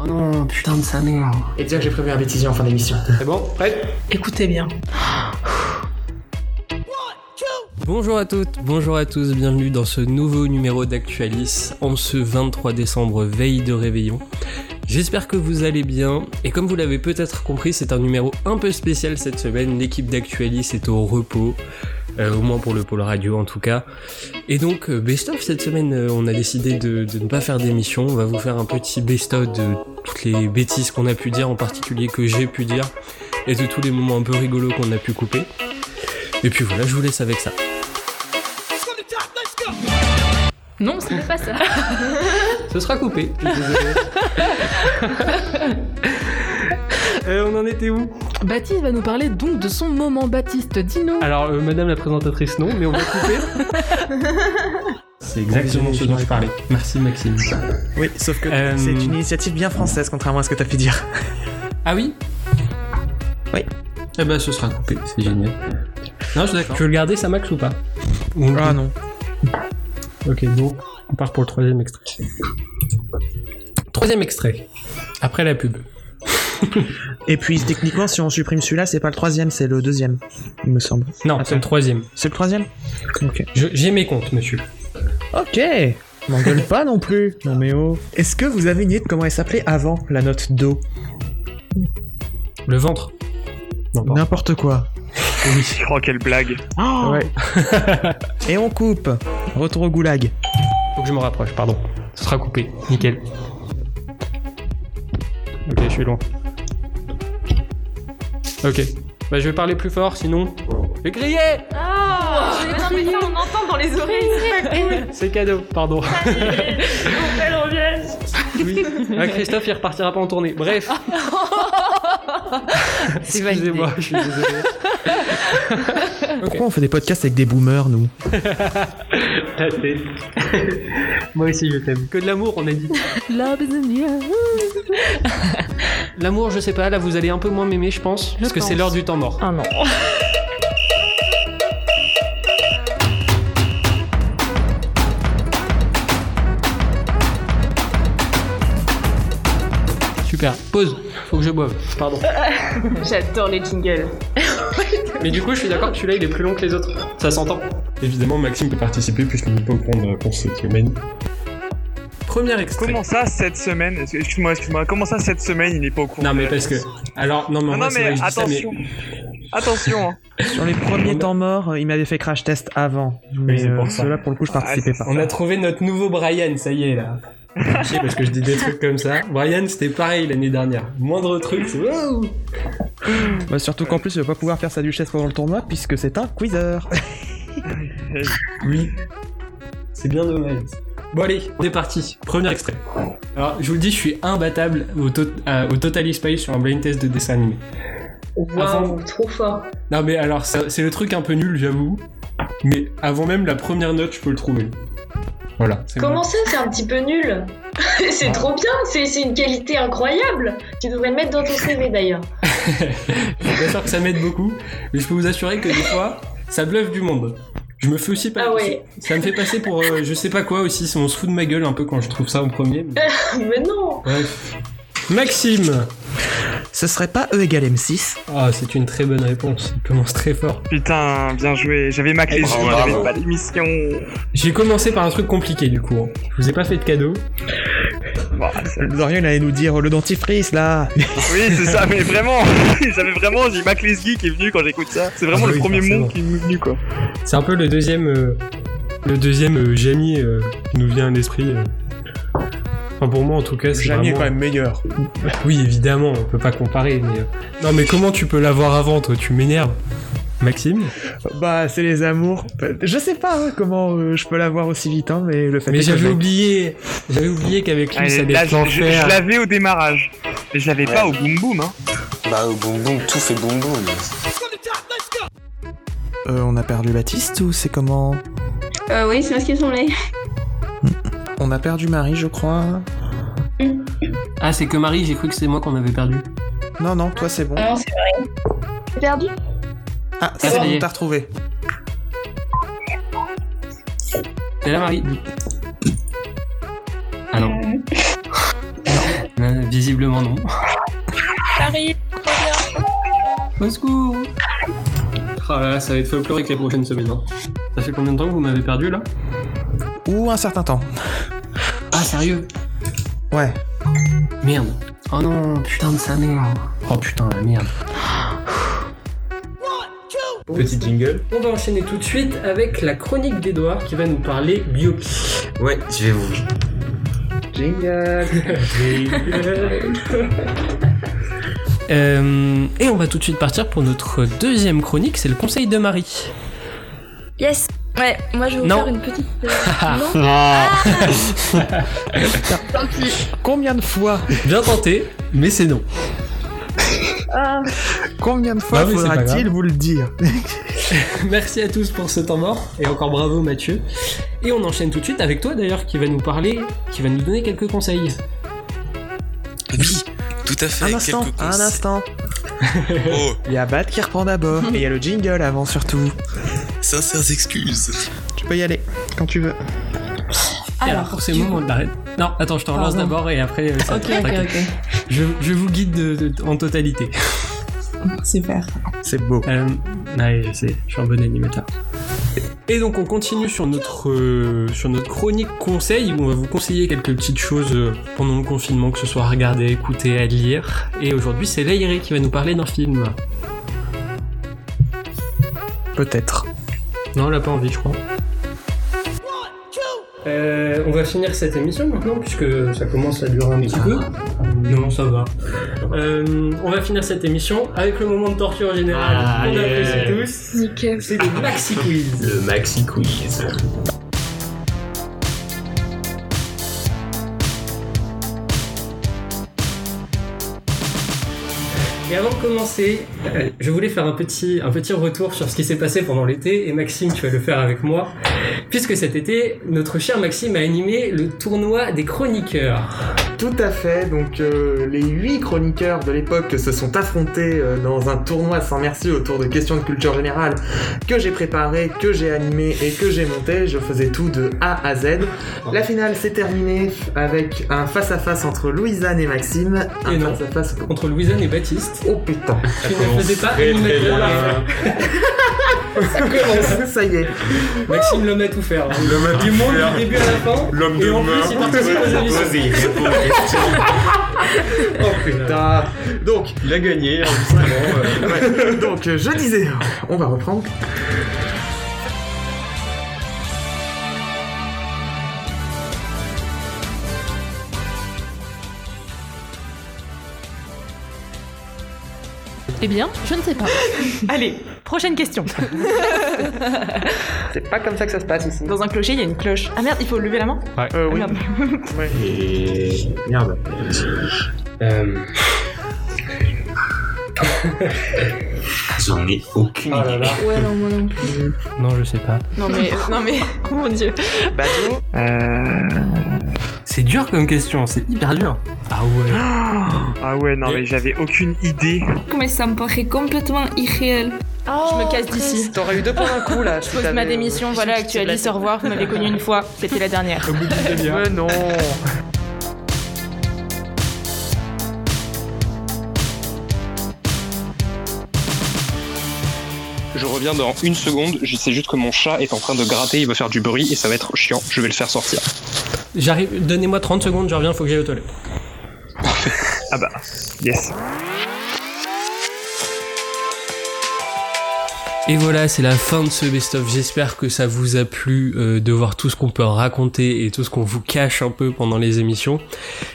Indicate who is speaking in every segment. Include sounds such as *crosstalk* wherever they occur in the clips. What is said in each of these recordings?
Speaker 1: Oh non, putain de sa mère.
Speaker 2: Et dire que j'ai prévu un bêtisier en fin d'émission.
Speaker 3: C'est bon Prêt
Speaker 1: Écoutez bien.
Speaker 4: Bonjour à toutes, bonjour à tous, bienvenue dans ce nouveau numéro d'Actualis en ce 23 décembre, veille de réveillon. J'espère que vous allez bien, et comme vous l'avez peut-être compris, c'est un numéro un peu spécial cette semaine, l'équipe d'Actualis est au repos, euh, au moins pour le pôle radio en tout cas. Et donc, euh, best-of, cette semaine, euh, on a décidé de, de ne pas faire d'émission, on va vous faire un petit best-of de toutes les bêtises qu'on a pu dire, en particulier que j'ai pu dire, et de tous les moments un peu rigolos qu'on a pu couper. Et puis voilà, je vous laisse avec ça.
Speaker 5: Non, ce n'est pas ça.
Speaker 4: *laughs* Ce sera coupé. je suis désolé. *laughs* Euh, on en était où
Speaker 5: Baptiste va nous parler donc de son moment. Baptiste, dis-nous.
Speaker 4: Alors, euh, madame la présentatrice, non, mais on va couper.
Speaker 2: *laughs* C'est exactement ce dont je parlais.
Speaker 4: Merci, Maxime.
Speaker 3: Oui, sauf que
Speaker 4: Euh,
Speaker 3: c'est une initiative bien française, contrairement à ce que t'as fait dire.
Speaker 4: Ah oui
Speaker 3: Oui.
Speaker 4: Eh ben, ce sera coupé, c'est génial. Non, je suis d'accord. Tu veux le garder, ça, Max, ou pas
Speaker 3: Ah non.
Speaker 4: Ok, bon, on part pour le troisième extrait. Troisième extrait, après la pub.
Speaker 3: Et puis techniquement, si on supprime celui-là, c'est pas le troisième, c'est le deuxième, il me semble.
Speaker 4: Non, c'est le troisième.
Speaker 3: C'est le troisième Ok.
Speaker 4: Je- J'ai mes comptes, monsieur.
Speaker 3: Ok M'engueule pas non plus Non mais oh Est-ce que vous avez une idée de comment elle s'appelait avant, la note Do
Speaker 4: Le ventre. Non, pardon.
Speaker 3: N'importe quoi.
Speaker 6: Oh, quelle blague.
Speaker 3: Ouais. Oh *laughs* Et on coupe Retour au goulag.
Speaker 4: Faut que je me rapproche, pardon. Ce sera coupé, nickel. Ok, je suis loin. Ok. Bah je vais parler plus fort, sinon... Je vais crier
Speaker 5: Ah,
Speaker 7: Non, mais ça, on entend dans les oreilles.
Speaker 4: C'est cadeau, pardon.
Speaker 7: Elle revient.
Speaker 4: Oui. Ah, Christophe, il repartira pas en tournée. Bref.
Speaker 5: C'est validé.
Speaker 4: Excusez-moi, je suis désolé.
Speaker 3: Pourquoi on fait des podcasts avec des boomers, nous
Speaker 4: Moi aussi, je t'aime. Que de l'amour, on a dit.
Speaker 5: Love is in the air.
Speaker 4: L'amour, je sais pas, là, vous allez un peu moins m'aimer, je pense. parce que c'est
Speaker 5: pense.
Speaker 4: l'heure du temps mort.
Speaker 5: Ah non.
Speaker 4: Super. Pause. Faut que je boive. Pardon.
Speaker 7: *laughs* J'adore les jingles.
Speaker 4: *laughs* Mais du coup, je suis d'accord que celui-là, il est plus long que les autres. Ça s'entend.
Speaker 8: Évidemment, Maxime peut participer puisqu'il ne peut pas prendre pour cette semaine.
Speaker 4: Premier extrait.
Speaker 6: Comment ça, cette semaine Excuse-moi, excuse-moi. Comment ça, cette semaine, il n'est pas au courant
Speaker 4: non,
Speaker 6: de-
Speaker 4: mais parce que. Alors, non, mais, en
Speaker 6: Non, Ah, non,
Speaker 4: vrai, c'est
Speaker 6: mais
Speaker 4: vrai, je dis ça,
Speaker 6: attention. Attention. hein.
Speaker 3: Sur les premiers temps morts, il m'avait fait crash test avant. Mais
Speaker 8: c'est pour
Speaker 3: euh,
Speaker 8: ça.
Speaker 3: ceux-là, pour le coup, je participais pas.
Speaker 4: On a trouvé notre nouveau Brian, ça y est là. Je sais parce que je dis des trucs comme ça. Brian, c'était pareil l'année dernière. Moindre truc, c'est waouh
Speaker 3: Bah, surtout qu'en plus, je vais pas pouvoir faire sa duchesse pendant le tournoi puisque c'est un quizzer. *laughs*
Speaker 4: Oui. C'est bien dommage. Bon allez, on est parti. Premier extrait. Alors, je vous le dis, je suis imbattable au, to- à- au Total Spy sur un blind test de dessin animé. Avant-
Speaker 7: Waouh, trop fort.
Speaker 4: Non mais alors, ça- c'est le truc un peu nul, j'avoue. Mais avant même la première note, je peux le trouver. Voilà. c'est
Speaker 7: Comment
Speaker 4: bon.
Speaker 7: ça, c'est un petit peu nul *laughs* C'est trop bien, c'est c'est une qualité incroyable. Tu devrais le mettre dans ton CV d'ailleurs.
Speaker 4: Je suis pas sûr que ça m'aide beaucoup, mais je peux vous assurer que des fois, ça bluffe du monde. Je me fais aussi pas.
Speaker 7: Ah ouais.
Speaker 4: Ça me fait passer pour euh, je sais pas quoi aussi, on se fout de ma gueule un peu quand je trouve ça en premier. mais
Speaker 7: *laughs* Mais non
Speaker 4: Bref. Maxime
Speaker 3: Ce serait pas E égale M6
Speaker 4: Ah, c'est une très bonne réponse, il commence très fort.
Speaker 6: Putain, bien joué. J'avais ma clé.
Speaker 8: Eh, Bravo,
Speaker 6: J'avais
Speaker 8: bravo.
Speaker 6: pas d'émission.
Speaker 4: J'ai commencé par un truc compliqué du coup. hein. Je vous ai pas fait de cadeau.
Speaker 6: Bon, c'est-
Speaker 3: Dorian il allait nous dire le dentifrice *laughs* là
Speaker 6: oui, c'est ça, mais vraiment. *laughs* J'avais vraiment. J'ai ma clé geek qui est venue quand j'écoute ça. C'est vraiment
Speaker 4: Ah
Speaker 6: le
Speaker 4: oui,
Speaker 6: premier
Speaker 4: forcément.
Speaker 6: mot qui m'est venu, quoi.
Speaker 4: C'est un peu le deuxième. euh, le deuxième euh, Jamie euh, qui nous vient à l'esprit. euh. Enfin, pour moi en tout cas, c'est.
Speaker 3: Jamie est
Speaker 4: vraiment-
Speaker 3: quand même meilleur.
Speaker 4: *laughs* Oui, évidemment, on peut pas comparer, mais... euh, Non, mais comment tu peux l'avoir avant, toi Tu m'énerves. Maxime
Speaker 3: Bah, c'est les amours. Je sais pas hein, comment euh, je peux l'avoir aussi vite, hein, mais le fait
Speaker 4: Mais
Speaker 3: est que je
Speaker 4: j'avais
Speaker 3: l'ai.
Speaker 4: oublié J'avais oublié qu'avec lui, ça
Speaker 6: Allez,
Speaker 4: allait
Speaker 6: là,
Speaker 4: être
Speaker 6: je, je- je
Speaker 4: l'enfer.
Speaker 6: l'avais au démarrage. Mais je l'avais pas au boom boom, hein.
Speaker 8: Bah, au boum boum, tout fait boum boum.
Speaker 3: Euh, on a perdu Baptiste ou c'est comment
Speaker 9: Euh, oui, c'est moi ce qui semblait.
Speaker 3: On a perdu Marie, je crois.
Speaker 4: Ah, c'est que Marie, j'ai cru que c'est moi qu'on avait perdu.
Speaker 3: Non, non, toi c'est bon.
Speaker 9: Non, c'est vrai. J'ai perdu
Speaker 3: Ah,
Speaker 4: ça
Speaker 3: c'est
Speaker 4: y
Speaker 3: bon,
Speaker 4: est.
Speaker 3: t'as retrouvé.
Speaker 4: T'es là, Marie Ah non. Euh, Visiblement non.
Speaker 10: J'arrive, reviens.
Speaker 4: Au secours Oh là là, ça va être folklorique les prochaines semaines. hein. Ça fait combien de temps que vous m'avez perdu là
Speaker 3: Ou un certain temps.
Speaker 4: Ah sérieux
Speaker 3: Ouais.
Speaker 4: Merde.
Speaker 1: Oh non, putain de sa mère.
Speaker 4: Oh putain, la merde.
Speaker 2: Petit jingle.
Speaker 4: On va enchaîner tout de suite avec la chronique d'Edouard qui va nous parler biopic.
Speaker 11: Ouais, je vais vous.
Speaker 4: *laughs* Euh, et on va tout de suite partir pour notre deuxième chronique, c'est le conseil de Marie.
Speaker 10: Yes. Ouais, moi je vais vous
Speaker 4: Non.
Speaker 10: faire une petite. euh, non. Tant pis.
Speaker 3: Combien de fois
Speaker 4: Bien tenté, mais c'est non.
Speaker 10: Ah.
Speaker 3: Combien de fois
Speaker 4: Bah oui, c'est pas
Speaker 3: faudra-t-il
Speaker 4: grave.
Speaker 3: vous le dire
Speaker 4: Merci à tous pour ce temps mort et encore bravo Mathieu. Et on enchaîne tout de suite avec toi d'ailleurs qui va nous parler, qui va nous donner quelques conseils.
Speaker 5: Ah,
Speaker 12: Oui, tout à fait.
Speaker 3: Un instant,
Speaker 12: quelques
Speaker 3: un
Speaker 12: conseils.
Speaker 3: instant.
Speaker 12: Oh,
Speaker 3: Il y a Bat qui reprend *laughs* d'abord, et il y a le jingle avant surtout.
Speaker 12: sincères excuses.
Speaker 3: Tu peux y aller, quand tu veux.
Speaker 4: Et alors, pour ces moments, on l'arrête. Non, attends, je te relance
Speaker 5: Pardon.
Speaker 4: d'abord et après. euh, ça,
Speaker 5: Ok, ok,
Speaker 4: t'inquiète.
Speaker 5: ok.
Speaker 4: Je, je vous guide de- de- en totalité. Euh,
Speaker 5: Super.
Speaker 3: C'est beau.
Speaker 4: ouais, je sais, je suis un bon animateur. Et donc on continue sur notre, euh, sur notre chronique conseil où on va vous conseiller quelques petites choses euh, pendant le confinement, que ce soit à regarder, à écouter, à lire. Et aujourd'hui c'est Leïré qui va nous parler d'un film.
Speaker 3: Peut-être.
Speaker 4: Non, elle a pas envie je crois. Euh, on va finir cette émission maintenant puisque ça commence à durer un petit peu. Ah. Non, ça va. Euh, on va finir cette émission avec le moment de torture générale.
Speaker 2: Ah,
Speaker 4: on
Speaker 2: yeah.
Speaker 4: apprécie tous. C'est le maxi quiz.
Speaker 2: Le maxi quiz.
Speaker 4: Et avant de commencer, euh, je voulais faire un petit, un petit retour sur ce qui s'est passé pendant l'été, et Maxime, tu vas le faire avec moi, puisque cet été, notre cher Maxime a animé le tournoi des chroniqueurs.
Speaker 11: Tout à fait, donc euh, les huit chroniqueurs de l'époque se sont affrontés euh, dans un tournoi sans merci autour de questions de culture générale que j'ai préparé, que j'ai animé et que j'ai monté. Je faisais tout de A à Z. La finale s'est terminée avec un face-à-face entre Louisanne et Maxime. Un
Speaker 4: Et non.
Speaker 11: face-à-face
Speaker 4: Entre Louisanne et Baptiste.
Speaker 11: Oh putain *laughs*
Speaker 4: Tu ne faisais pas une mètre de large.
Speaker 11: Ça y est.
Speaker 4: Maxime, l'homme à tout faire.
Speaker 11: L'homme à
Speaker 4: du
Speaker 11: tout
Speaker 4: monde,
Speaker 11: faire.
Speaker 4: du début à la fin.
Speaker 11: L'homme
Speaker 4: et
Speaker 11: de
Speaker 4: en plus,
Speaker 11: main.
Speaker 4: il participe aux
Speaker 11: Vas-y, il
Speaker 4: émissions.
Speaker 11: répond aux questions. Oh putain Donc,
Speaker 2: Il a gagné, enregistrement. euh, ouais.
Speaker 11: *laughs* ouais. donc euh, je disais, on va reprendre.
Speaker 5: Eh bien, je ne sais pas. Allez, prochaine question.
Speaker 11: C'est pas comme ça que ça se passe ici.
Speaker 13: Dans un clocher, il y a une cloche. Ah merde, il faut lever la main
Speaker 2: Ouais.
Speaker 13: Ah, merde.
Speaker 2: Et. Merde. Euh.
Speaker 12: J'en ai aucune
Speaker 4: Ah
Speaker 12: idée.
Speaker 13: Ouais, non, moi non plus.
Speaker 4: Non, je sais pas.
Speaker 13: Non, *laughs* mais, non, mais, mon dieu.
Speaker 11: Bateau
Speaker 6: Euh,
Speaker 4: C'est dur comme question, c'est hyper dur. Ah ouais.
Speaker 14: Ah ouais, non, mais j'avais aucune idée.
Speaker 10: Mais ça me paraît complètement irréel.
Speaker 13: je me casse d'ici.
Speaker 11: T'aurais eu deux points d'un coup là.
Speaker 13: Oh, Je pose ma démission, voilà, Actualis, au revoir. Vous m'avez connu une fois, c'était la dernière.
Speaker 11: Mais non
Speaker 6: Je reviens dans une seconde, je sais juste que mon chat est en train de gratter, il va faire du bruit et ça va être chiant, je vais le faire sortir.
Speaker 4: J'arrive, donnez-moi 30 secondes, je reviens, faut que j'aille aux toilettes.
Speaker 14: Ah bah, yes.
Speaker 4: Et voilà, c'est la fin de ce best-of. J'espère que ça vous a plu euh, de voir tout ce qu'on peut raconter et tout ce qu'on vous cache un peu pendant les émissions.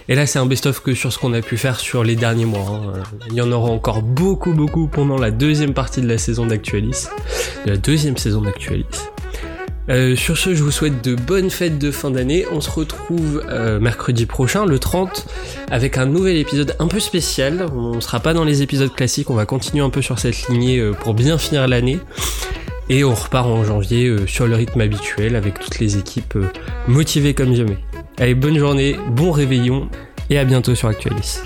Speaker 4: Et là, c'est un best-of que sur ce qu'on a pu faire sur les derniers mois. hein. Euh, Il y en aura encore beaucoup, beaucoup pendant la deuxième partie de la saison d'Actualis. De la deuxième saison d'Actualis. Euh, sur ce, je vous souhaite de bonnes fêtes de fin d'année. On se retrouve euh, mercredi prochain, le 30, avec un nouvel épisode un peu spécial. On sera pas dans les épisodes classiques, on va continuer un peu sur cette lignée euh, pour bien finir l'année. Et on repart en janvier euh, sur le rythme habituel avec toutes les équipes euh, motivées comme jamais. Allez, bonne journée, bon réveillon et à bientôt sur Actualis.